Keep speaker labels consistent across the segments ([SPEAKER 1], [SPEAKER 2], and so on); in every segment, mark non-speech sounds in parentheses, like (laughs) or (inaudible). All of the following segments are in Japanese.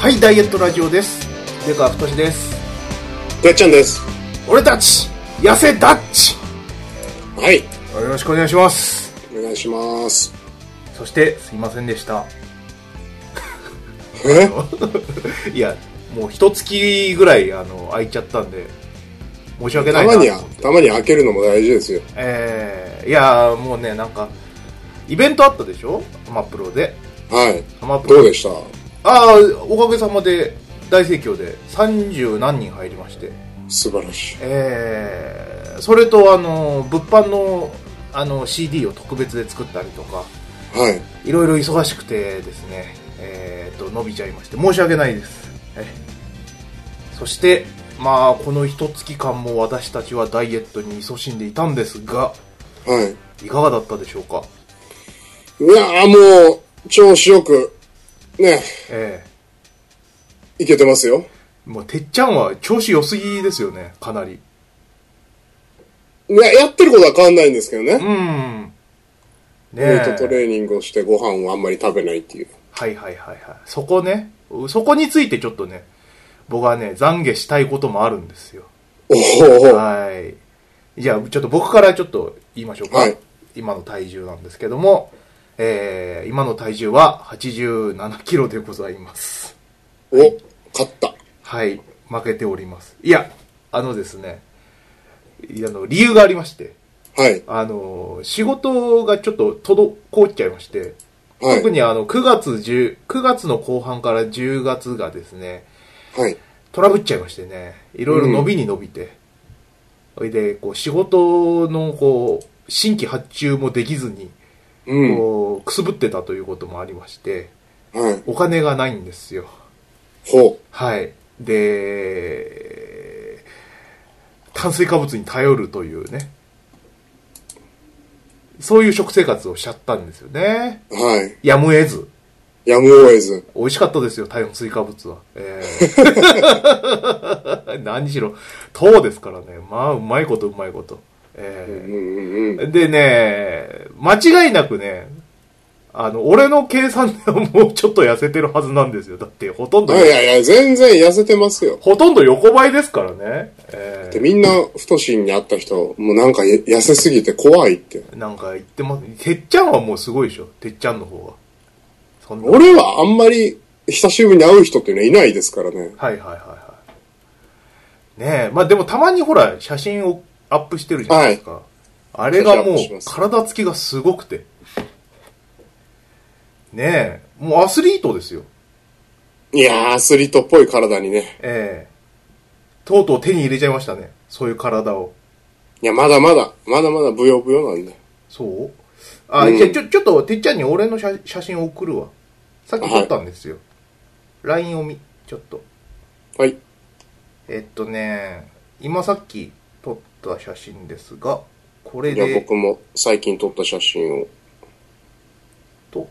[SPEAKER 1] はいダイエットラジオです出川太です
[SPEAKER 2] てっちゃんです。
[SPEAKER 1] 俺たち痩せダッチ
[SPEAKER 2] はい。
[SPEAKER 1] よろしくお願いします
[SPEAKER 2] お願いします。
[SPEAKER 1] そしてすいませんでした
[SPEAKER 2] え
[SPEAKER 1] いやもう一月ぐらいあの空いちゃったんで申し訳 (laughs) な
[SPEAKER 2] た
[SPEAKER 1] いな
[SPEAKER 2] まに
[SPEAKER 1] と
[SPEAKER 2] は
[SPEAKER 1] 思って、
[SPEAKER 2] たまには開けるのも大事ですよ。
[SPEAKER 1] えー、いやもうねなんかイベントあったでしょアマプロで
[SPEAKER 2] はい。
[SPEAKER 1] アマプ
[SPEAKER 2] ど
[SPEAKER 1] ロ
[SPEAKER 2] うでした
[SPEAKER 1] ああおかげさまで大盛況で30何人入りまして
[SPEAKER 2] 素晴らしい。
[SPEAKER 1] えー、それとあの物販のあの CD を特別で作ったりとか
[SPEAKER 2] はい。
[SPEAKER 1] いろいろ忙しくてですねえー、と伸びちゃいまして申し訳ないです、えそしてまあこの一月間も私たちはダイエットに勤しんでいたんですが
[SPEAKER 2] はい。
[SPEAKER 1] いかがだったでしょうか
[SPEAKER 2] うわーもう、調子よく、ね、
[SPEAKER 1] え
[SPEAKER 2] いけてますよ。
[SPEAKER 1] ー、もうてっちゃんは調子良すぎですよねかなり
[SPEAKER 2] いや、やってることは変わんないんですけど
[SPEAKER 1] う
[SPEAKER 2] ね。
[SPEAKER 1] んね
[SPEAKER 2] ウェイトトレーニングをしてご飯をあんまり食べないっていう。
[SPEAKER 1] はいはいはいはい。そこね、そこについてちょっとね、僕はね、懺悔したいこともあるんですよ。
[SPEAKER 2] おお
[SPEAKER 1] はい。じゃあ、ちょっと僕からちょっと言いましょうか。
[SPEAKER 2] はい
[SPEAKER 1] 今の体重なんですけども、えー、今の体重は87キロでございます。
[SPEAKER 2] お、勝った。
[SPEAKER 1] はい。負けております。いや、あのですね、いやあの、理由がありまして、
[SPEAKER 2] はい。
[SPEAKER 1] あの、仕事がちょっと滞っちゃいまして、
[SPEAKER 2] はい
[SPEAKER 1] 特。にあの、9月10、9月の後半から10月がですね、
[SPEAKER 2] はい。
[SPEAKER 1] トラブっちゃいましてね、いろいろ伸びに伸びて、それで、こう、仕事の、こう、新規発注もできずに、
[SPEAKER 2] うん。
[SPEAKER 1] こう、くすぶってたということもありまして、
[SPEAKER 2] はい。
[SPEAKER 1] お金がないんですよ。
[SPEAKER 2] ほ
[SPEAKER 1] はい。で、炭水化物に頼るというね、そういう食生活をしちゃったんですよね。
[SPEAKER 2] う。は
[SPEAKER 1] やむを得ず。
[SPEAKER 2] い。やむを得ず。
[SPEAKER 1] 美味しかったですよ、炭水化物は。えー (laughs) 何しろ、糖ですからね。まあ、うまいことうまいこと。
[SPEAKER 2] う
[SPEAKER 1] え
[SPEAKER 2] んうんうん。
[SPEAKER 1] ーでね、間違いなくね、あの、俺の計算ではもうちょっと痩せてるはずなんですよ。だって、ほとん
[SPEAKER 2] い
[SPEAKER 1] ど、
[SPEAKER 2] やいや、全然痩せてますよ。
[SPEAKER 1] ほとんど横ばいですからね。え
[SPEAKER 2] でみんな、太しに会った人、もうなんかや痩せすぎて怖いって。
[SPEAKER 1] ーなんか言ってます。てっちゃんはもうすごいでしょ。てっちゃんの方が。そんな。
[SPEAKER 2] 俺はあんまり、久しぶりに会う人っていうのはいないですからね。
[SPEAKER 1] はいはいはいはい。ねえ、まあでもたまにほら、写真をアップしてるじゃないですか。あれがもう
[SPEAKER 2] 写真アップしま、す
[SPEAKER 1] 体つきがすごくて。ねえ、もうアスリートですよ。
[SPEAKER 2] いやー、アスリートっぽい体にね。
[SPEAKER 1] ええとうとう手に入れちゃいましたね。そういう体を。
[SPEAKER 2] いや、まだまだ、まだまだブヨブヨなんで。
[SPEAKER 1] そうあ、
[SPEAKER 2] うん
[SPEAKER 1] じゃあちょ、ちょっと、てっちゃんに俺の写写真を送るわ。さっき撮ったんですよ。LINE、を見、ちょっと。
[SPEAKER 2] はい。
[SPEAKER 1] えっとね、今さっき撮った写真ですが、これ
[SPEAKER 2] じゃあ
[SPEAKER 1] で。
[SPEAKER 2] 僕も最近撮った写真を。
[SPEAKER 1] と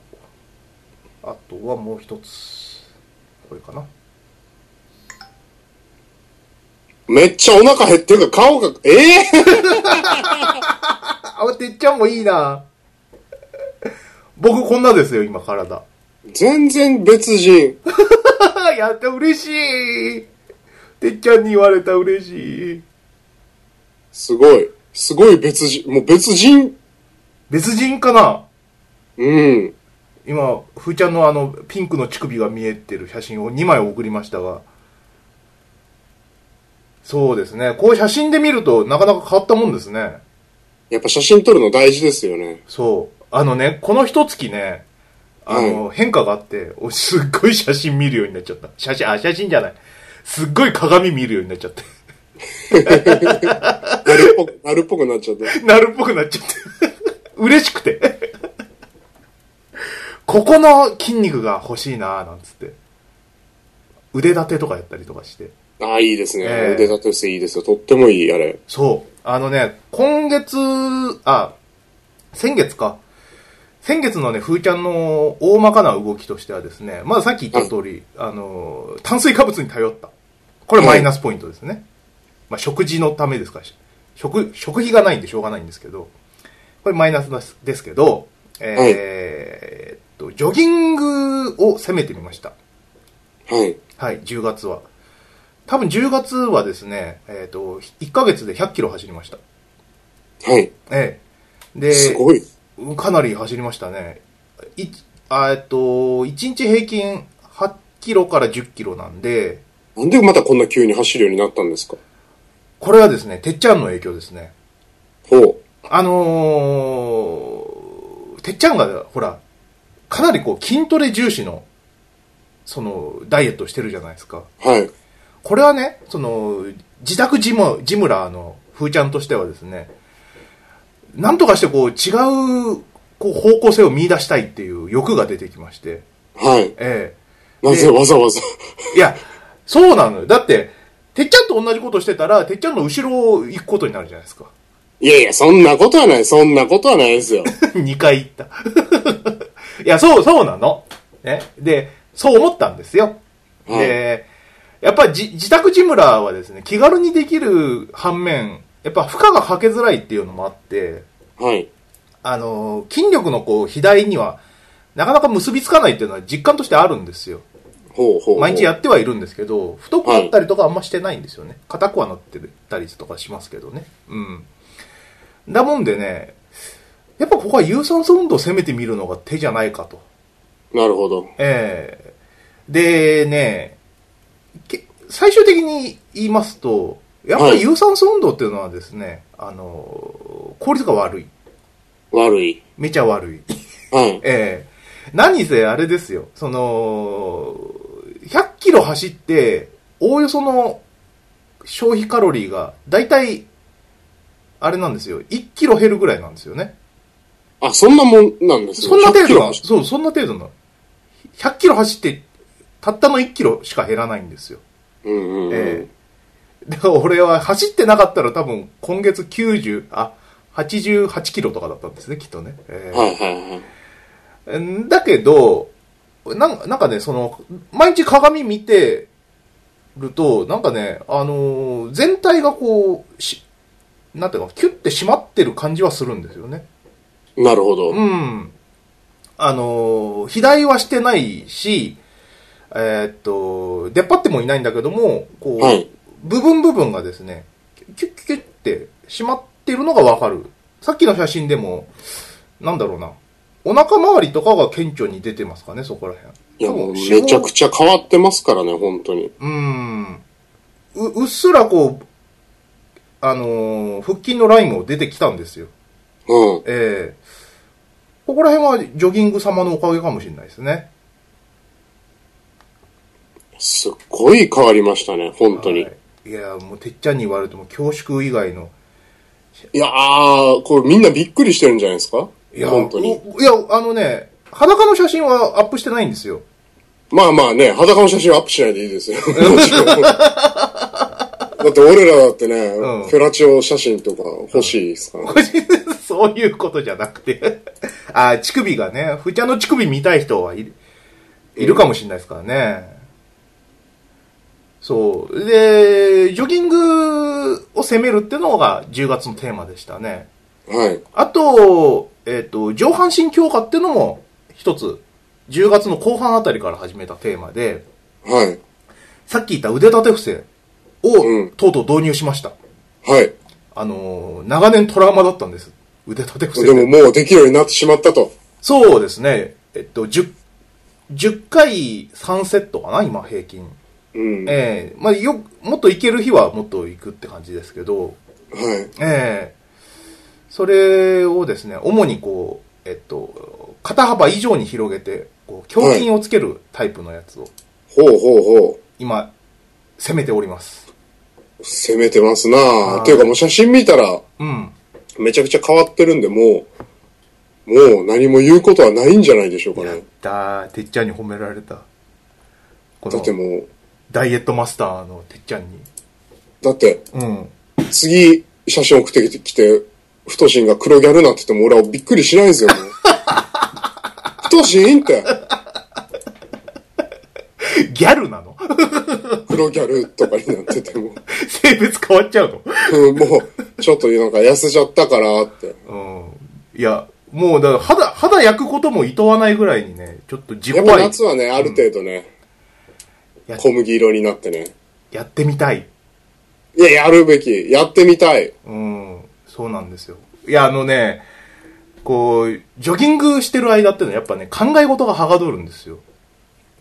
[SPEAKER 1] あとはもう一つこれかな
[SPEAKER 2] めっちゃお腹減ってるから顔が、ええ
[SPEAKER 1] あてっちゃんもいいな (laughs) 僕こんなですよ今体 (laughs)
[SPEAKER 2] 全然別人。
[SPEAKER 1] やった嬉しいてっちゃんに言われた嬉しい
[SPEAKER 2] すごい。すごい別人。もう別人。
[SPEAKER 1] 別人かな
[SPEAKER 2] うん。
[SPEAKER 1] 今ふーちゃんのあのピンクの乳首が見えてる写真を2枚送りましたがそうですねこう写真で見るとなかなか変わったもんですね
[SPEAKER 2] やっぱ写真撮るの大事ですよね。
[SPEAKER 1] そう。あのね、この一月ね、あの、変化があって、お (laughs) すっごい写真見るようになっちゃった。写真、あ、写真じゃない。すっごい鏡見るようになっちゃって。 (laughs)
[SPEAKER 2] なるっぽく、なるっぽくなっちゃって。
[SPEAKER 1] なるっぽくなっちゃって。 (laughs) 嬉しくて。 (laughs) ここの筋肉が欲しいなぁ、なんつって。腕立てとかやったりとかして。
[SPEAKER 2] ああ、いいですね。
[SPEAKER 1] ええ
[SPEAKER 2] 腕立て伏せいいですよ。とってもいい、あれ。
[SPEAKER 1] そう。あのね、今月、あ、先月か。先月のね、風ちゃんの大まかな動きとしてはですね、まあさっき言った通り、あの、炭水化物に頼った。これマイナスポイントですね。まあ食事のためですから、食、食費がないんでしょうがないんですけど、これマイナスですですけど、えー
[SPEAKER 2] はい
[SPEAKER 1] えーっと、ジョギングを攻めてみました。
[SPEAKER 2] はい。
[SPEAKER 1] はい、10月は。多分10月はですね、えっ、と、1ヶ月で100キロ走りました。
[SPEAKER 2] はい。
[SPEAKER 1] ええ。です
[SPEAKER 2] ごい。
[SPEAKER 1] かなり走りましたね。いあえっと、1日平均8キロから10キロなんで、
[SPEAKER 2] なんでまたこんな急に走るようになったんですか
[SPEAKER 1] これはですね、てっちゃんの影響ですね。
[SPEAKER 2] ほう。
[SPEAKER 1] あのー、てっちゃんが、ほら、かなりこう、筋トレ重視の、その、ダイエットをしてるじゃないですか。
[SPEAKER 2] はい。
[SPEAKER 1] これはね、その、自宅ジム、ジムラーの風ちゃんとしてはですね、なんとかしてこう、違う、こう、方向性を見出したいっていう欲が出てきまして、
[SPEAKER 2] はい。
[SPEAKER 1] え
[SPEAKER 2] なぜわざわ (laughs) ざ。
[SPEAKER 1] えいや、そうなのよ。だって、てっちゃんと同じことしてたら、てっちゃんの後ろを行くことになるじゃないですか。
[SPEAKER 2] いやいや、そんなことはない。そんなことはないで
[SPEAKER 1] (laughs)
[SPEAKER 2] すよ。
[SPEAKER 1] 2回行った。 (laughs) いや、そう、そうなの。ね。で、そう思ったんですよ。
[SPEAKER 2] はい
[SPEAKER 1] で、やっぱじ自宅ジムラーはですね、気軽にできる反面、やっぱ負荷がかけづらいっていうのもあって、
[SPEAKER 2] はい。
[SPEAKER 1] あのー筋力のこう、肥大には、なかなか結びつかないっていうのは実感としてあるんですよ。
[SPEAKER 2] ほうほうほう。
[SPEAKER 1] 毎日やってはいるんですけど、太くなったりとかあんましてないんですよね。硬くはなってたりとかしますけどね。うん。だもんでね、やっぱここは有酸素運動を攻めてみるのが手じゃないかと。
[SPEAKER 2] なるほど。
[SPEAKER 1] ええでね、け最終的に言いますと、やっぱり有酸素運動っていうのはですね、あの、効率が悪い。
[SPEAKER 2] 悪い。
[SPEAKER 1] めちゃ悪い。
[SPEAKER 2] はい。
[SPEAKER 1] ええ何せあれですよ、その、100キロ走って、おおよその消費カロリーが、だいたい、あれなんですよ、1キロ減るぐらいなんですよね。
[SPEAKER 2] あ、そんなもんなんですね
[SPEAKER 1] そんな程
[SPEAKER 2] 100キ
[SPEAKER 1] 度
[SPEAKER 2] ロ
[SPEAKER 1] な、
[SPEAKER 2] 走
[SPEAKER 1] そう、そんな程度な。100キロ走って、たったの1キロしか減らないんですよ。
[SPEAKER 2] うんうんうん。
[SPEAKER 1] ええだから俺は走ってなかったら多分今月90、あ、88キロとかだったんですね、きっとね。ええ
[SPEAKER 2] はいはいはい。
[SPEAKER 1] んだけど、なんなんかね、その、毎日鏡見てると、なんかね、あのー全体がこう、し、なんていうか、キュッて締まってる感じはするんですよね。
[SPEAKER 2] なるほど。
[SPEAKER 1] うん。あのー肥大はしてないし、えーっと、出っ張ってもいないんだけども、こう、
[SPEAKER 2] はい
[SPEAKER 1] 部分部分がですね、キュッキュッキュッって締まってるのがわかる。さっきの写真でも、なんだろうな。お腹周りとかが顕著に出てますかね、そこら辺。
[SPEAKER 2] いや、
[SPEAKER 1] 多分
[SPEAKER 2] もう
[SPEAKER 1] 脂肪
[SPEAKER 2] めちゃくちゃ変わってますからね、本当に。
[SPEAKER 1] うん。う、うっすらこう、あのー腹筋のラインも出てきたんですよ。
[SPEAKER 2] うん。
[SPEAKER 1] ええここら辺はジョギング様のおかげかもしれないですね。
[SPEAKER 2] すっごい変わりましたね、本当に。、
[SPEAKER 1] はいい、いやもうてっちゃんに言われても恐縮以外の
[SPEAKER 2] やー、これみんなびっくりしてるんじゃないですか
[SPEAKER 1] いや
[SPEAKER 2] 本当に。
[SPEAKER 1] おいやあのね裸の写真はアップしてないんですよ
[SPEAKER 2] まあまあね、裸の写真はアップしないでいい
[SPEAKER 1] (laughs)
[SPEAKER 2] ですよ。もちろんだって俺らだってね、
[SPEAKER 1] うん
[SPEAKER 2] フェラチオ写真とか欲しいですから、ね
[SPEAKER 1] 個人的に (laughs) そういうことじゃなくて (laughs) あー乳首がねふちゃの乳首見たい人はいるいるかもしれないですからね、そうでジョギングを攻めるってのが10月のテーマでしたね
[SPEAKER 2] はい。
[SPEAKER 1] あと,、えっと上半身強化ってのも一つ10月の後半あたりから始めたテーマで、
[SPEAKER 2] はい。
[SPEAKER 1] さっき言った腕立て伏せを、
[SPEAKER 2] うん
[SPEAKER 1] とうとう導入しました。
[SPEAKER 2] はい。
[SPEAKER 1] あのー長年トラウマだったんです。腕立て伏せ
[SPEAKER 2] で
[SPEAKER 1] っ
[SPEAKER 2] も
[SPEAKER 1] て。
[SPEAKER 2] もうできるようになってしまったと。
[SPEAKER 1] そうですね。えっと、10、10回3セットかな、今平均。
[SPEAKER 2] うん。はい。
[SPEAKER 1] ええまあよ、もっといける日はもっといくって感じですけど、ええそれをですね、主にこう、えっと、肩幅以上に広げて、こう、胸筋をつけるタイプのやつを、
[SPEAKER 2] ほうほうほ
[SPEAKER 1] 今、攻めております。
[SPEAKER 2] う。攻めてますな
[SPEAKER 1] あー
[SPEAKER 2] ぁ。ていうかもう写真見たら、
[SPEAKER 1] うん。
[SPEAKER 2] めちゃくちゃ変わってるんで、もう、もう何も言うことはないんじゃないでしょうか
[SPEAKER 1] やっ
[SPEAKER 2] ね。
[SPEAKER 1] たー、てっちゃんに褒められた。こ
[SPEAKER 2] だってもう、
[SPEAKER 1] ダイエットマスターのてっちゃんに。
[SPEAKER 2] だって、
[SPEAKER 1] うん。
[SPEAKER 2] 次、写真送ってきて、ふとしんが黒ギャルなって言っても俺はびっくりしないんですよ、も
[SPEAKER 1] (laughs)
[SPEAKER 2] うふとしんって、
[SPEAKER 1] ギャルなの (laughs)
[SPEAKER 2] 黒ギャルとかになってても、 (laughs)
[SPEAKER 1] 性別変わっちゃう
[SPEAKER 2] うんもう、ちょっとなんか痩せちゃったからって。
[SPEAKER 1] のうん。いや、もう、だから肌、肌焼くことも厭わないぐらいにね、ちょっと自己
[SPEAKER 2] やっぱ
[SPEAKER 1] 愛
[SPEAKER 2] 夏はね、ある程度ね、
[SPEAKER 1] や
[SPEAKER 2] 小麦色になってね。
[SPEAKER 1] やってみたい。
[SPEAKER 2] いや、やるべき。やってみたい。
[SPEAKER 1] うん。そうなんですよ。いや、あのね、こう、ジョギングしてる間ってのはやっぱね、考え事がはかどるんですよ。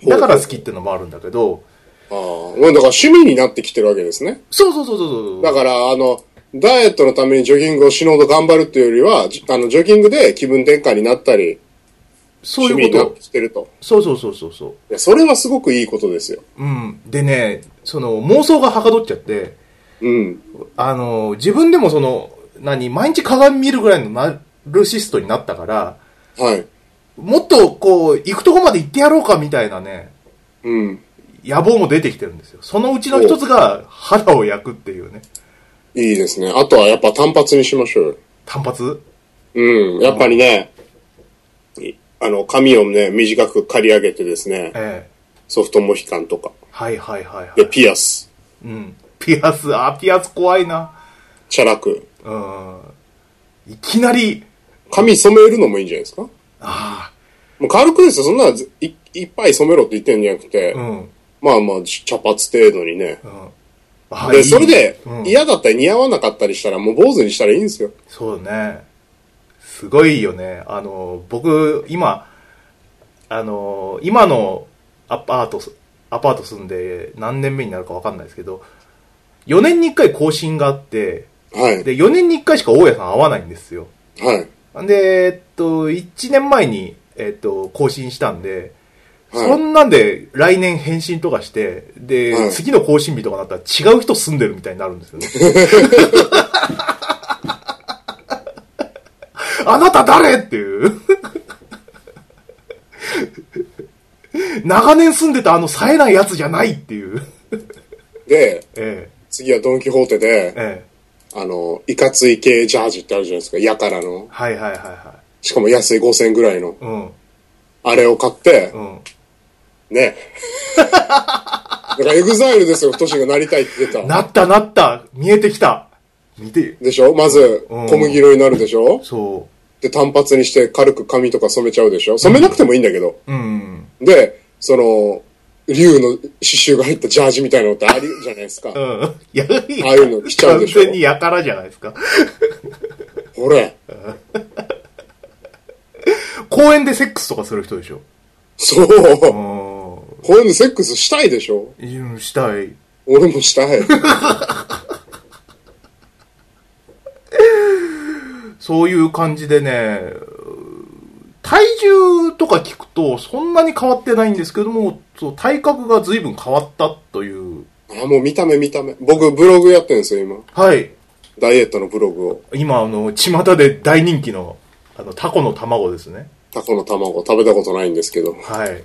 [SPEAKER 1] だから好きってのもあるんだけど、
[SPEAKER 2] ああ、もうだから趣味になってきてるわけですね。
[SPEAKER 1] そうそうそうそうそ
[SPEAKER 2] だ
[SPEAKER 1] う。
[SPEAKER 2] から、あの、ダイエットのためにジョギングを死ぬほど頑張るっていうよりは、じあの、ジョギングで気分転換になったり、
[SPEAKER 1] そう
[SPEAKER 2] 趣
[SPEAKER 1] いう
[SPEAKER 2] 味に
[SPEAKER 1] こ
[SPEAKER 2] なっ
[SPEAKER 1] と
[SPEAKER 2] て。きてると。
[SPEAKER 1] そうそうそうそうそう。
[SPEAKER 2] いや、それはすごくいいことですよ。
[SPEAKER 1] うん。でね、その妄想がはかどっちゃって、
[SPEAKER 2] うん。
[SPEAKER 1] あの、自分でもその、何、毎日鏡見るぐらいのナルシストになったから、
[SPEAKER 2] はい。
[SPEAKER 1] もっとこう、行くとこまで行ってやろうかみたいなね、
[SPEAKER 2] うん。
[SPEAKER 1] 野望も出てきてるんですよ。そのうちの一つが肌を焼くっていうね。
[SPEAKER 2] いいですね。あとはやっぱ単発にしましょうよ。
[SPEAKER 1] 単発
[SPEAKER 2] うん。やっぱりね、いあの、髪をね、短く刈り上げてですね、
[SPEAKER 1] え
[SPEAKER 2] ソフトモヒカンとか。
[SPEAKER 1] えはいはいはいは
[SPEAKER 2] で、
[SPEAKER 1] い。
[SPEAKER 2] ピアス、
[SPEAKER 1] うん。ピアス、あ、ピアス怖いな。
[SPEAKER 2] チャラく。
[SPEAKER 1] うん。いきなり、
[SPEAKER 2] 髪染めるのもいいんじゃないですかも
[SPEAKER 1] あ
[SPEAKER 2] う軽くですよ。そんなずい、いっぱい染めろって言ってんじゃなくて、
[SPEAKER 1] あ、うん。
[SPEAKER 2] まあまあ、ち茶髪程度にね。
[SPEAKER 1] うん。あい
[SPEAKER 2] で、
[SPEAKER 1] い
[SPEAKER 2] それで
[SPEAKER 1] う、ん
[SPEAKER 2] 嫌だったり似合わなかったりしたら、もう坊主にしたらいいんですよ。
[SPEAKER 1] そうね。すごいよね。あの、僕、今、あの、今のアパート、アパート住んで何年目になるかわかんないですけど、4年に1回更新があって、
[SPEAKER 2] はい。
[SPEAKER 1] で、4年に1回しか大家さん会わないんですよ。
[SPEAKER 2] はい。
[SPEAKER 1] んで、えっと、1年前に、えっと、更新したんで、
[SPEAKER 2] はい
[SPEAKER 1] そんなんで来年返信とかして、で、
[SPEAKER 2] はい
[SPEAKER 1] 次の更新日とかなったら違う人住んでるみたいになるんですよね。あなた誰っていう。長年住んでたあの冴えないやつじゃないっていう。
[SPEAKER 2] で、
[SPEAKER 1] え
[SPEAKER 2] 次はドンキホーテ
[SPEAKER 1] え、
[SPEAKER 2] で、
[SPEAKER 1] ええ。
[SPEAKER 2] あの、いかつい系ジャージってあるじゃないですか。やからの。
[SPEAKER 1] はいはいはいは
[SPEAKER 2] しかも安い5000円ぐらいの。
[SPEAKER 1] い。うん、
[SPEAKER 2] あれを買って、
[SPEAKER 1] うん。
[SPEAKER 2] ね。だからエグザイルですよ、トシがなりたいって言ってた。
[SPEAKER 1] なったなった見えてきた見て、
[SPEAKER 2] でしょまず、
[SPEAKER 1] うん
[SPEAKER 2] 小麦色になるでしょ
[SPEAKER 1] そ
[SPEAKER 2] で、単発にして軽く髪とか染めちゃうでしょ染めなくてもいいんだけど。
[SPEAKER 1] う。うん。
[SPEAKER 2] で、その、竜の刺繍が入ったジャージみたいなのってあるじゃないですか
[SPEAKER 1] う。ん。いやはり、
[SPEAKER 2] ああいうの着ちゃうでしょ
[SPEAKER 1] 完全にやからじゃないですか。
[SPEAKER 2] ほれ。
[SPEAKER 1] 公園でセックスとかする人でしょ。
[SPEAKER 2] そう。
[SPEAKER 1] う
[SPEAKER 2] こ
[SPEAKER 1] ん。
[SPEAKER 2] ういうのセックスしたいでしょ
[SPEAKER 1] うんしたい。
[SPEAKER 2] 俺もしたい。
[SPEAKER 1] そういう感じでね、体重とか聞くとそんなに変わってないんですけども、そう体格が随分変わったという。
[SPEAKER 2] あ、もう見た目見た目。僕ブログやってるんですよ、今。
[SPEAKER 1] はい。
[SPEAKER 2] ダイエットのブログを。
[SPEAKER 1] 今、あの、巷で大人気の、あの、タコの卵ですね。
[SPEAKER 2] タコの卵食べたことないんですけど。
[SPEAKER 1] はい。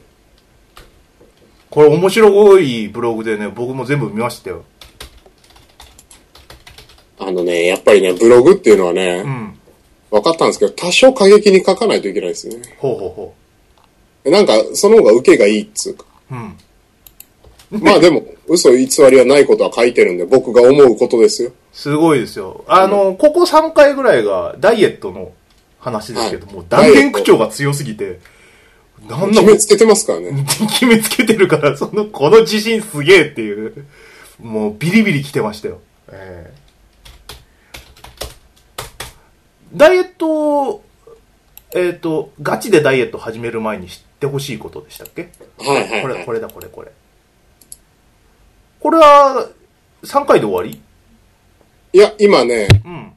[SPEAKER 1] これ面白いブログでね、僕も全部見ましたよ。
[SPEAKER 2] あのね、やっぱりね、ブログっていうのは
[SPEAKER 1] う
[SPEAKER 2] ね、
[SPEAKER 1] ん。
[SPEAKER 2] 分かったんですけど、多少過激に書かないといけないですね。
[SPEAKER 1] ほうほうほ
[SPEAKER 2] なんか、その方が受けがいいっつうか。
[SPEAKER 1] う。うん。
[SPEAKER 2] まあでも、嘘偽りはないことは書いてるんで、僕が思うことですよ。
[SPEAKER 1] すごいですよ。あの、ここ3回ぐらいがダイエットの話ですけども、
[SPEAKER 2] はい
[SPEAKER 1] 断言口調が強すぎて、なんだ
[SPEAKER 2] 決
[SPEAKER 1] こ
[SPEAKER 2] めつけてますからね。
[SPEAKER 1] 決めつけてるから、 (laughs) その、この自信すげえっていう、もうビリビリ来てましたよ。ええダイエットを、えっ、と、ガチでダイエット始める前に知ってほしいことでしたっけ
[SPEAKER 2] はいはい
[SPEAKER 1] こ
[SPEAKER 2] は
[SPEAKER 1] れ、
[SPEAKER 2] い
[SPEAKER 1] こ。れだ、これ、これ。これは、3回で終わり
[SPEAKER 2] いや、今ね、
[SPEAKER 1] うん。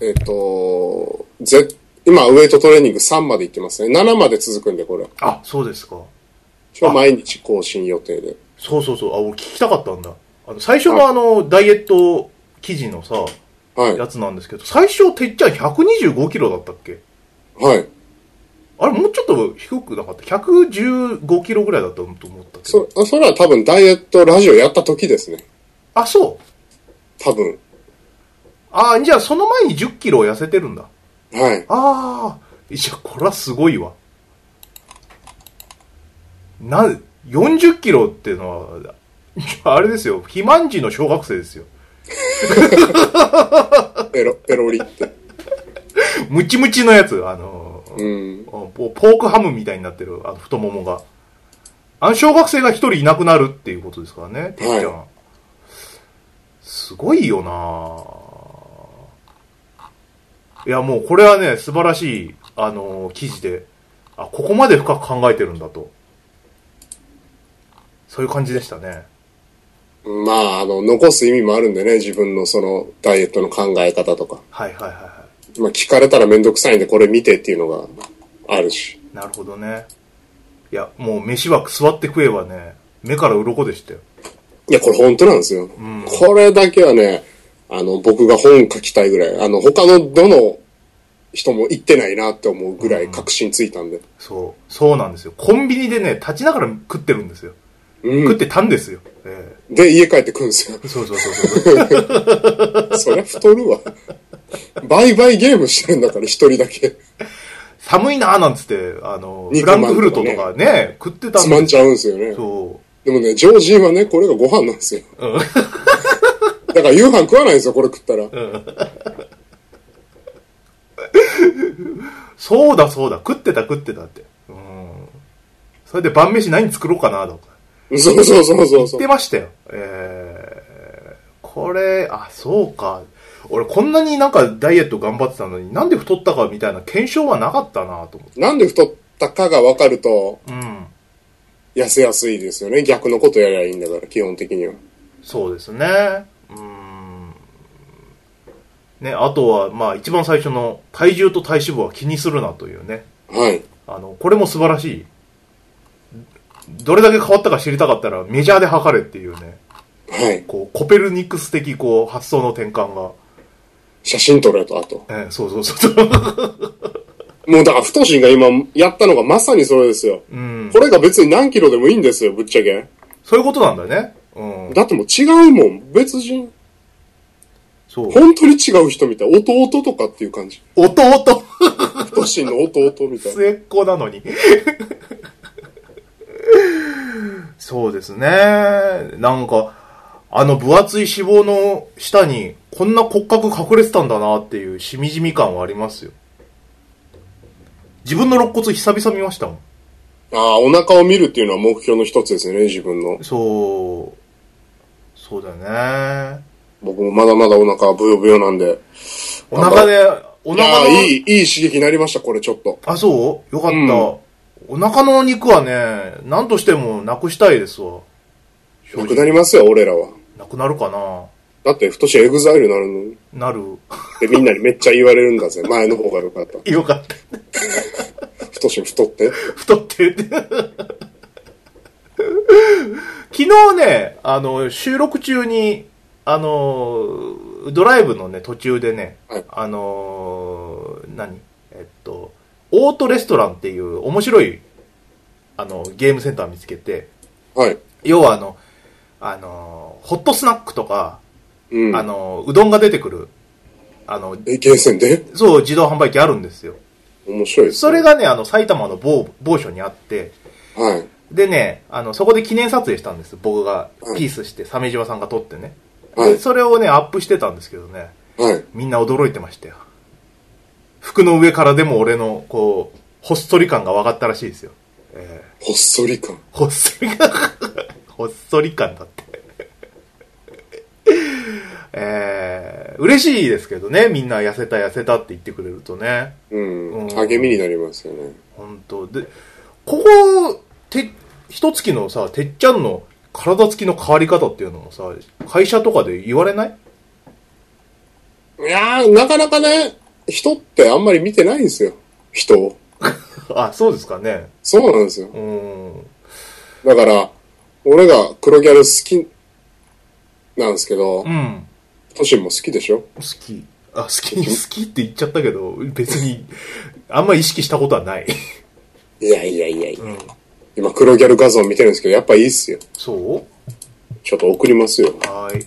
[SPEAKER 2] えっ、と、ぜ、今、ウエイトトレーニング3まで行ってますね。7まで続くんで、これ。
[SPEAKER 1] あ、そうですか。
[SPEAKER 2] 一応毎日更新予定で。
[SPEAKER 1] そうそうそう。あ、俺聞きたかったんだ。あの、最初のあの、ダイエット記事のさ、
[SPEAKER 2] はい。
[SPEAKER 1] やつなんですけど、最初、てっちゃん125キロだったっけ
[SPEAKER 2] はい。
[SPEAKER 1] ああれ、もうちょっと低くなかった ?115 キロぐらいだったと思ったけど。
[SPEAKER 2] そ、あそれは多分ダイエットラジオやった時ですね。
[SPEAKER 1] あ、そう。
[SPEAKER 2] 多分。
[SPEAKER 1] ああ、じゃあその前に10キロ痩せてるんだ。
[SPEAKER 2] はい。
[SPEAKER 1] ああ、じゃあこれはすごいわ。な、40キロっていうのは、あれですよ、肥満児の小学生ですよ。
[SPEAKER 2] ペロ、ペロリって。
[SPEAKER 1] ムチムチのやつ、あのー
[SPEAKER 2] (laughs) うん。
[SPEAKER 1] ポポークハムみたいになってる、あの太ももが。あの小学生が一人いなくなるっていうことですからね、てっちゃん。すごいよなぁいや、もうこれはね、素晴らしい、あのー記事で、あ、ここまで深く考えてるんだと。そういう感じでしたね。
[SPEAKER 2] まあ、あの、残す意味もあるんでね、自分のその、ダイエットの考え方とか。
[SPEAKER 1] はいはいはいは
[SPEAKER 2] まあ、聞かれたらめんどくさいんで、これ見てっていうのがあるし。
[SPEAKER 1] い。なるほどね。いや、もう飯は座って食えばね、目から鱗でしたよ。
[SPEAKER 2] いや、これ本当なんですよ。
[SPEAKER 1] ん
[SPEAKER 2] これだけはね、あの、僕が本書きたいぐらい、あの、他のどの人も言ってないなって思うぐらい確信ついたんで。
[SPEAKER 1] そう、そうなんですよ。コンビニでね、立ちながら食ってるんですよ。
[SPEAKER 2] うん
[SPEAKER 1] 食ってたんですよ。え
[SPEAKER 2] で、家帰ってくるんですよ。 (laughs)
[SPEAKER 1] えそうそうそうそう。
[SPEAKER 2] そりゃ太るわ。 (laughs) バイバイゲームしてるんだから、一人だけ。
[SPEAKER 1] 寒いなーなんつって、あの、フ
[SPEAKER 2] 肉
[SPEAKER 1] ラ
[SPEAKER 2] まん
[SPEAKER 1] ンクフルトとかね、食ってた
[SPEAKER 2] つまん
[SPEAKER 1] です
[SPEAKER 2] ちゃうんですよね。
[SPEAKER 1] そ
[SPEAKER 2] でもね、ジョージーはね、これがご飯なんですよ。
[SPEAKER 1] う。うん。
[SPEAKER 2] (laughs) だから夕飯食わないんですよ、これ食ったら。
[SPEAKER 1] そうだそうだ、食ってた食ってたって。うん。それで晩飯何作ろうかなとか。
[SPEAKER 2] そうそうそうそう
[SPEAKER 1] 言
[SPEAKER 2] そ
[SPEAKER 1] って
[SPEAKER 2] う。
[SPEAKER 1] ましたよ。えー、これ、あ、そうか。俺こんなになんかダイエット頑張ってたのに、なんで太ったかみたいな検証はなかったなと思って。
[SPEAKER 2] なんで太ったかが分かると、
[SPEAKER 1] うん。
[SPEAKER 2] 痩せやすいですよね。逆のことやりゃいいんだから、基本的には。
[SPEAKER 1] そうですね。うーん。ね、あとは、まあ、一番最初の体重と体脂肪は気にするなというね。
[SPEAKER 2] はい。
[SPEAKER 1] あの、これも素晴らしい。どれだけ変わったか知りたかったらメジャーで測れっていうね、
[SPEAKER 2] はい。
[SPEAKER 1] こう、コペルニクス的こう、発想の転換が。
[SPEAKER 2] 写真撮れと、あと。
[SPEAKER 1] えーそうそうそう (laughs) そう。
[SPEAKER 2] もうだから、太しが今やったのがまさにそれですよ。
[SPEAKER 1] うん。
[SPEAKER 2] これが別に何キロでもいいんですよ、ぶっちゃけ。
[SPEAKER 1] そういうことなんだね。うん。
[SPEAKER 2] だってもう違うもん。別人。
[SPEAKER 1] そう。
[SPEAKER 2] 本当に違う人みたい。弟とかっていう感じ。
[SPEAKER 1] 弟
[SPEAKER 2] 太しの弟みたいな。
[SPEAKER 1] 末っ子なのに。そうですね。なんか、あの分厚い脂肪の下に、こんな骨格隠れてたんだなっていうしみじみ感はありますよ。自分の肋骨久々見ましたもん。
[SPEAKER 2] ああ、お腹を見るっていうのは目標の一つですよね、自分の。
[SPEAKER 1] そう。そうだよね。
[SPEAKER 2] 僕もまだまだお腹はブヨブヨなんで。
[SPEAKER 1] お腹で、お
[SPEAKER 2] いや
[SPEAKER 1] 腹
[SPEAKER 2] ー
[SPEAKER 1] の、
[SPEAKER 2] いい、いい刺激になりました、これちょっと。
[SPEAKER 1] あ、そうよかった、
[SPEAKER 2] うん
[SPEAKER 1] お腹の肉はね、何としてもなくしたいですわ。
[SPEAKER 2] なくなりますよ、俺らは。
[SPEAKER 1] なくなるかな
[SPEAKER 2] だって、太しエグザイルなるのに。
[SPEAKER 1] なる。
[SPEAKER 2] で、みんなにめっちゃ言われるん
[SPEAKER 1] (laughs)
[SPEAKER 2] だぜ。前の方が良かった。
[SPEAKER 1] よかった。
[SPEAKER 2] 太し太って。
[SPEAKER 1] 太ってるって。昨日ね、あの、収録中に、あの、ドライブのね、途中でね、
[SPEAKER 2] はい
[SPEAKER 1] あの、何えっと、オートレストランっていう面白い、あの、ゲームセンター見つけて、
[SPEAKER 2] はい。
[SPEAKER 1] 要はあの、あの、ホットスナックとか、
[SPEAKER 2] うん。
[SPEAKER 1] あの、うどんが出てくる、あの、
[SPEAKER 2] え、ゲーセンで
[SPEAKER 1] そう、自動販売機あるんですよ。
[SPEAKER 2] 面白いです、
[SPEAKER 1] それ。がね、あの、埼玉の某、某所にあって、
[SPEAKER 2] はい。
[SPEAKER 1] でね、あの、そこで記念撮影したんです。僕が
[SPEAKER 2] うん
[SPEAKER 1] ピースして、鮫島さんが撮ってね。
[SPEAKER 2] は
[SPEAKER 1] で、
[SPEAKER 2] い。
[SPEAKER 1] それをね、アップしてたんですけどね、
[SPEAKER 2] はい。
[SPEAKER 1] みんな驚いてましたよ。服の上からでも俺の、こう、ほっそり感が分かったらしいですよ。え
[SPEAKER 2] ほっそり感。
[SPEAKER 1] ー、ほっそり感、 (laughs) ほっそり感だって。えー、嬉しいですけどね、みんな痩せた痩せたって言ってくれるとね。
[SPEAKER 2] うん。
[SPEAKER 1] うん
[SPEAKER 2] 励みになりますよね。
[SPEAKER 1] 本当で、ここ、て、一月のさ、てっちゃんの体つきの変わり方っていうのもさ、会社とかで言われない
[SPEAKER 2] いやー、なかなかね、人ってあんまり見てないんですよ。人を。
[SPEAKER 1] あ、そうですかね。
[SPEAKER 2] そうなんですよ。
[SPEAKER 1] うーん。
[SPEAKER 2] だから、俺が黒ギャル好きなんですけど
[SPEAKER 1] う、ん。
[SPEAKER 2] トシンも好きでしょ
[SPEAKER 1] 好き。あ、好き、好きって言っちゃったけど、別に、あんま意識したことはない。
[SPEAKER 2] いやいやいやいや。
[SPEAKER 1] うん。
[SPEAKER 2] 今黒ギャル画像見てるんですけど、やっぱいいっすよ。
[SPEAKER 1] そ
[SPEAKER 2] ちょっと送りますよ。
[SPEAKER 1] うはーい。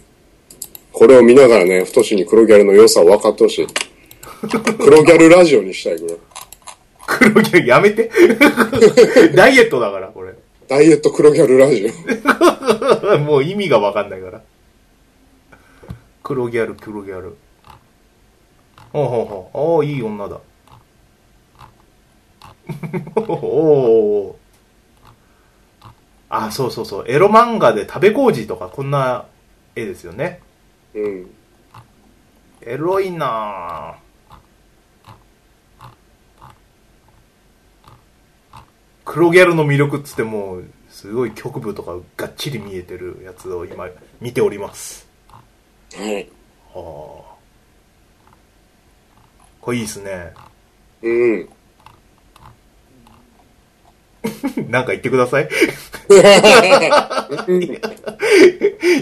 [SPEAKER 2] これを見ながらね、太しに黒ギャルの良さを分かってほしい。黒ギャルラジオにしたい、これ。
[SPEAKER 1] 黒ギャルやめて。 (laughs) ダイエットだから、これ。
[SPEAKER 2] ダイエット黒ギャルラジ
[SPEAKER 1] (laughs)
[SPEAKER 2] オ。
[SPEAKER 1] もう意味がわかんないから。黒ギャル、黒ギャル。ほうほうほう。ああ、いい女だ。 (laughs) おうおうおうあ、そうそうそう。エロ漫画で食べ工事とかこんな絵ですよね。
[SPEAKER 2] うん。
[SPEAKER 1] エロいなぁ黒ギャルの魅力っつってもうすごい局部とかがっちり見えてるやつを今見ております
[SPEAKER 2] はい。
[SPEAKER 1] ああーこれいいっすね (laughs)
[SPEAKER 2] うん。
[SPEAKER 1] なんか言ってください (laughs)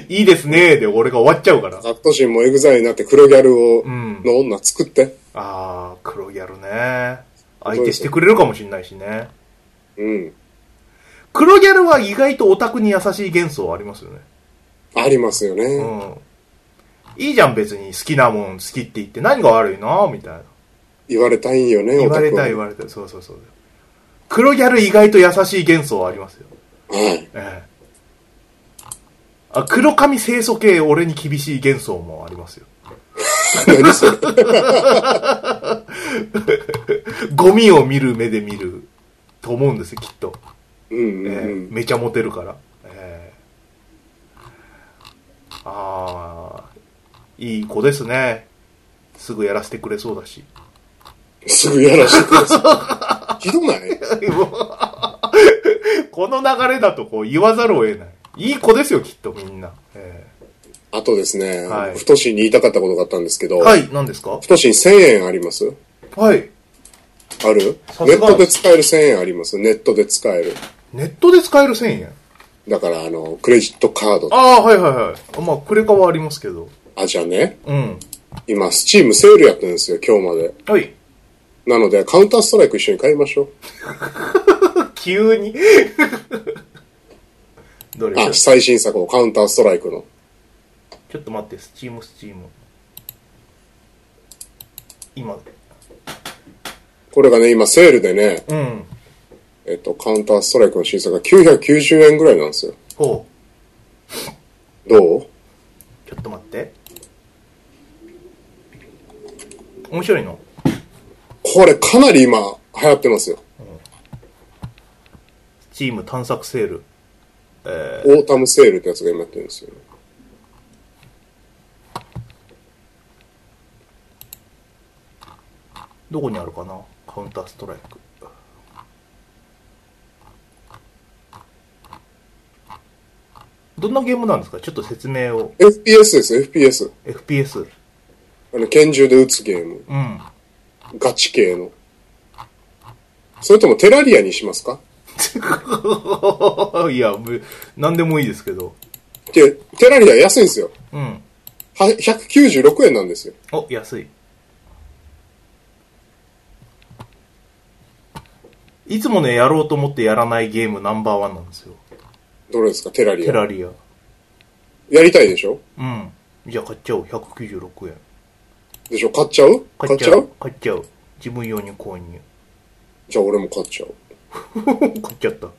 [SPEAKER 1] いいですねーで俺が終わっちゃうから
[SPEAKER 2] ザクトシンもエグザイルになって黒ギャルを
[SPEAKER 1] う、ん
[SPEAKER 2] の女作って。
[SPEAKER 1] ああ黒ギャルね相手してくれるかもしんないしね
[SPEAKER 2] うん。
[SPEAKER 1] 黒ギャルは意外とオタクに優しい幻想ありますよね
[SPEAKER 2] ありますよね。
[SPEAKER 1] うん。いいじゃん、別に好きなもん好きって言って何が悪いなみたいな。
[SPEAKER 2] 言われたいんよね、
[SPEAKER 1] 言われたい言
[SPEAKER 2] は。
[SPEAKER 1] われたい。そうそうそう。黒ギャル意外と優しい幻想はありますよ。
[SPEAKER 2] はい。
[SPEAKER 1] ええ。あ、黒髪清楚系俺に厳しい幻想もありますよ。
[SPEAKER 2] 何それ。
[SPEAKER 1] (laughs) ゴミを見る目で見ると思うんですよ、きっと。
[SPEAKER 2] うんう
[SPEAKER 1] え
[SPEAKER 2] ん
[SPEAKER 1] え
[SPEAKER 2] うん。
[SPEAKER 1] めちゃモテるから。ええ。ああ、いい子ですね。すぐやらせてくれそうだし。 (laughs)
[SPEAKER 2] すぐやらしてください。ひど
[SPEAKER 1] (laughs)
[SPEAKER 2] ない
[SPEAKER 1] この流れだとこう言わざるを得ない。いい子ですよ、きっとみんな。え
[SPEAKER 2] あとですね、
[SPEAKER 1] はい
[SPEAKER 2] ふとしに言いたかったことがあったんですけど、
[SPEAKER 1] えはい、何ですか
[SPEAKER 2] ふとしに1000円あります
[SPEAKER 1] はい。
[SPEAKER 2] ある
[SPEAKER 1] さ
[SPEAKER 2] ネ
[SPEAKER 1] す
[SPEAKER 2] ッ
[SPEAKER 1] が
[SPEAKER 2] トで使える1000円ありますネットで使える。
[SPEAKER 1] ネットで使える1000円。
[SPEAKER 2] だから、あの、クレジットカード。あ、
[SPEAKER 1] ああ、はいはいはい。まあ、クレカはありますけど。
[SPEAKER 2] じゃあね、
[SPEAKER 1] うん。
[SPEAKER 2] 今、スチームセールやってるんですよ、今日まで。
[SPEAKER 1] はい。
[SPEAKER 2] なので、カウンターストライク一緒に買いましょう。
[SPEAKER 1] 急に。 (laughs) どれ
[SPEAKER 2] あ、最新作のカウンターストライクの。
[SPEAKER 1] ちょっと待って、スチームスチーム。今。
[SPEAKER 2] これがね、今、セールでね、
[SPEAKER 1] うん。
[SPEAKER 2] えっと、カウンターストライクの新作が990円ぐらいなんですよ。
[SPEAKER 1] ほう。
[SPEAKER 2] どう
[SPEAKER 1] ちょっと待って。面白いの
[SPEAKER 2] これかなり今、流行ってますよ。
[SPEAKER 1] スチーム探索セール。
[SPEAKER 2] オータムセールってやつが今やってるんですよ。
[SPEAKER 1] どこにあるかなカウンターストライク。どんなゲームなんですかちょっと説明を。
[SPEAKER 2] FPS です、FPS。
[SPEAKER 1] FPS。
[SPEAKER 2] あの、拳銃で撃つゲーム。
[SPEAKER 1] うん。
[SPEAKER 2] ガチ系の。それともテラリアにしますか
[SPEAKER 1] (laughs) いや、むなんでもいいですけど。
[SPEAKER 2] で、テラリア安いんですよ。
[SPEAKER 1] うん。
[SPEAKER 2] は196円なんですよ。
[SPEAKER 1] お、安い。いつもね、やろうと思ってやらないゲームナンバーワンなんですよ。
[SPEAKER 2] どれですかテラリ
[SPEAKER 1] テ
[SPEAKER 2] ア。
[SPEAKER 1] ラリア。
[SPEAKER 2] やりたいでしょ
[SPEAKER 1] うん。じゃあ買っちゃおう。196円。
[SPEAKER 2] でしょ買っちゃう買
[SPEAKER 1] 買
[SPEAKER 2] っ
[SPEAKER 1] っ
[SPEAKER 2] ち
[SPEAKER 1] ち
[SPEAKER 2] ゃ
[SPEAKER 1] ゃ
[SPEAKER 2] う
[SPEAKER 1] う買っちゃう。自分用に購入。 (laughs)
[SPEAKER 2] じゃあ俺も買っちゃう。
[SPEAKER 1] 買っちゃった。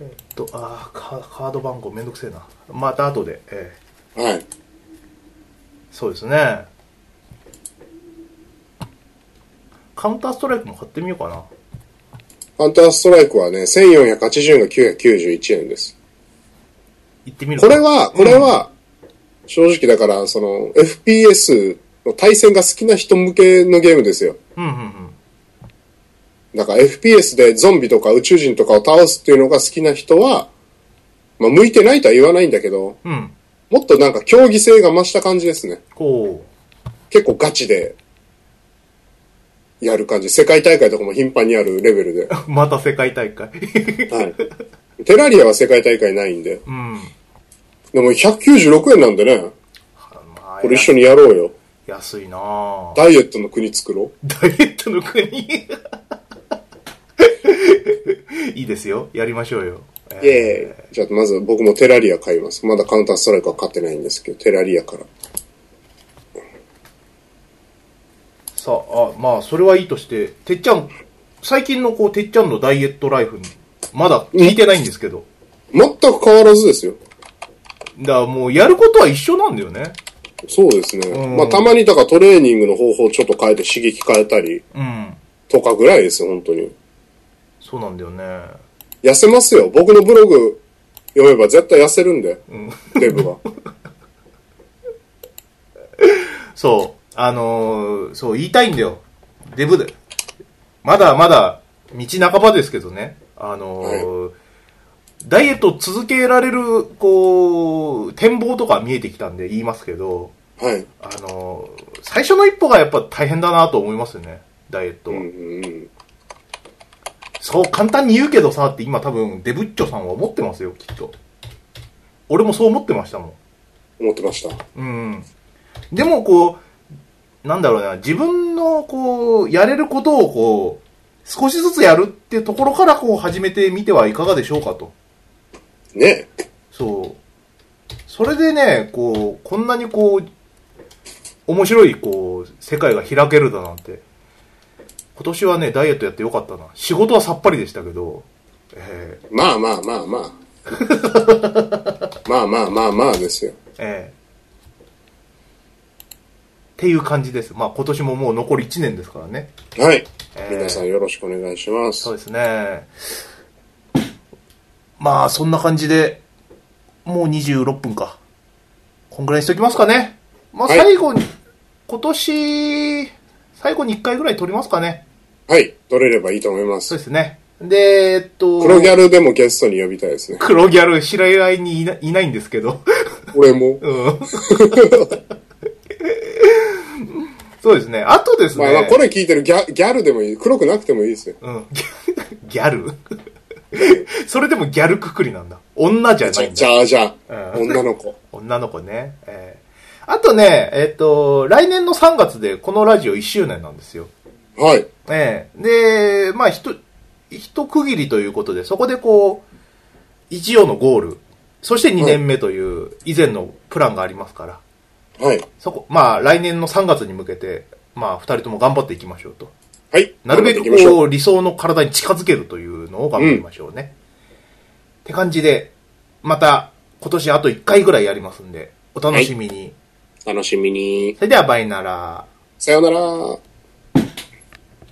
[SPEAKER 1] えっと、あーカカード番号めんどくせえな。また後で。ええ
[SPEAKER 2] はい。
[SPEAKER 1] そうですね。カウンターストライクも買ってみようかな。
[SPEAKER 2] ハンターストライクはね、1480円が991円です。
[SPEAKER 1] 行ってみる
[SPEAKER 2] こ
[SPEAKER 1] か
[SPEAKER 2] れは、これは、正直だから、その、FPS の対戦が好きな人向けのゲームですよ。
[SPEAKER 1] うんうんうん。
[SPEAKER 2] だから FPS でゾンビとか宇宙人とかを倒すっていうのが好きな人は、まあ、向いてないとは言わないんだけど、
[SPEAKER 1] うん。
[SPEAKER 2] もっとなんか競技性が増した感じですね。
[SPEAKER 1] こ
[SPEAKER 2] 結構ガチで、やる感じ。世界大会とかも頻繁にあるレベ
[SPEAKER 1] (laughs)
[SPEAKER 2] ルで。
[SPEAKER 1] う。また世界大会。 (laughs)
[SPEAKER 2] はい。テラリアは世界大会ないんで。
[SPEAKER 1] うん。
[SPEAKER 2] でも196円なんでね、これ一緒にやろうよ。
[SPEAKER 1] 安いなぁ。
[SPEAKER 2] ダイエットの国作ろう。
[SPEAKER 1] ダイエットの国 (laughs) いいですよ。やりましょうよ。えー
[SPEAKER 2] イ。じゃあ、まず僕もテラリア買います。まだカウンターストライクは買ってないんですけど、テラリアから。
[SPEAKER 1] さあ、あまあ、それはいいとして、てっちゃん、最近のこう、てっちゃんのダイエットライフ、まだ聞いてないんですけど。
[SPEAKER 2] 全く変わらずですよ。
[SPEAKER 1] だからもう、やることは一緒なんだよね。
[SPEAKER 2] そうですね。
[SPEAKER 1] うん
[SPEAKER 2] まあ、たまにだからトレーニングの方法ちょっと変えて刺激変えたり
[SPEAKER 1] うん。
[SPEAKER 2] とかぐらいですよ、本当に。
[SPEAKER 1] そうなんだよね。
[SPEAKER 2] 痩せますよ。僕のブログ読めば絶対痩せるんで、
[SPEAKER 1] うん。
[SPEAKER 2] デ
[SPEAKER 1] (laughs)
[SPEAKER 2] ブが。
[SPEAKER 1] そう。あのーそう、言いたいんだよ。デブで。まだまだ、道半ばですけどね。あのーダイエットを続けられる、こう、展望とか見えてきたんで言いますけど、
[SPEAKER 2] はい。
[SPEAKER 1] あのー最初の一歩がやっぱ大変だなと思いますよね。ダイエット
[SPEAKER 2] う
[SPEAKER 1] は。
[SPEAKER 2] んうんうん。
[SPEAKER 1] そう、簡単に言うけどさって今多分、デブッチョさんは思ってますよ、きっと。俺もそう思ってましたもん。
[SPEAKER 2] 思ってました。
[SPEAKER 1] うん。でもこう、なんだろうな、自分のこう、やれることをこう、少しずつやるってところからこう始めてみてはいかがでしょうかと。
[SPEAKER 2] ね
[SPEAKER 1] そう。それでね、こう、こんなにこう、面白いこう、世界が開けるだなんて。今年はね、ダイエットやってよかったな。仕事はさっぱりでしたけど、えー
[SPEAKER 2] まあまあまあま
[SPEAKER 1] (laughs)
[SPEAKER 2] あ。まあまあまあまあですよ。
[SPEAKER 1] えーっていう感じです。まあ今年ももう残り1年ですからね。
[SPEAKER 2] はい。
[SPEAKER 1] えー
[SPEAKER 2] 皆さんよろしくお願いします
[SPEAKER 1] そう。ですね。まあ、そんな感じで、もう26分か。こんぐらいにしときますかね。まあ、
[SPEAKER 2] はい
[SPEAKER 1] 最後に、今年、最後に1回ぐらい撮りますかね。
[SPEAKER 2] はい。取れればいいと思いま
[SPEAKER 1] そう
[SPEAKER 2] す。
[SPEAKER 1] ですね。で、えっと、
[SPEAKER 2] 黒ギャルでもゲストに呼びた
[SPEAKER 1] (laughs)
[SPEAKER 2] いですね。
[SPEAKER 1] 黒ギャル、知り合いにいないないんですけど。
[SPEAKER 2] 俺も。
[SPEAKER 1] うん。 (laughs) そうですね。あとですね。
[SPEAKER 2] まあまあ、これ聞いてるギャギャルでもいい。黒くなくてもいいですよ。
[SPEAKER 1] うん。ギャル (laughs) それでもギャルくくりなんだ。女じゃ
[SPEAKER 2] じ
[SPEAKER 1] ない
[SPEAKER 2] ゃ、
[SPEAKER 1] んだ
[SPEAKER 2] じ。ゃあじゃあ、
[SPEAKER 1] うん
[SPEAKER 2] 女の子。
[SPEAKER 1] 女の子ね。えーあとね、えっ、と、来年の3月でこのラジオ1周年なんですよ。
[SPEAKER 2] はい。
[SPEAKER 1] ええで、まあ、ひと、一区切りということで、そこでこう、一応のゴール、そして2年目という以前のプランがありますから、
[SPEAKER 2] はい。
[SPEAKER 1] そこ、まあ、来年の3月に向けて、まあ、二人とも頑張っていきましょうと。
[SPEAKER 2] はい。
[SPEAKER 1] なるべ
[SPEAKER 2] 頑張ってい
[SPEAKER 1] く
[SPEAKER 2] きましょ
[SPEAKER 1] こ
[SPEAKER 2] う。
[SPEAKER 1] う、理想の体に近づけるというのを頑張りましょうね。って感じで、また、今年あと1回ぐらいやりますんで、お楽しみに。
[SPEAKER 2] 楽しみに。
[SPEAKER 1] それではバイナラー。
[SPEAKER 2] さようなら。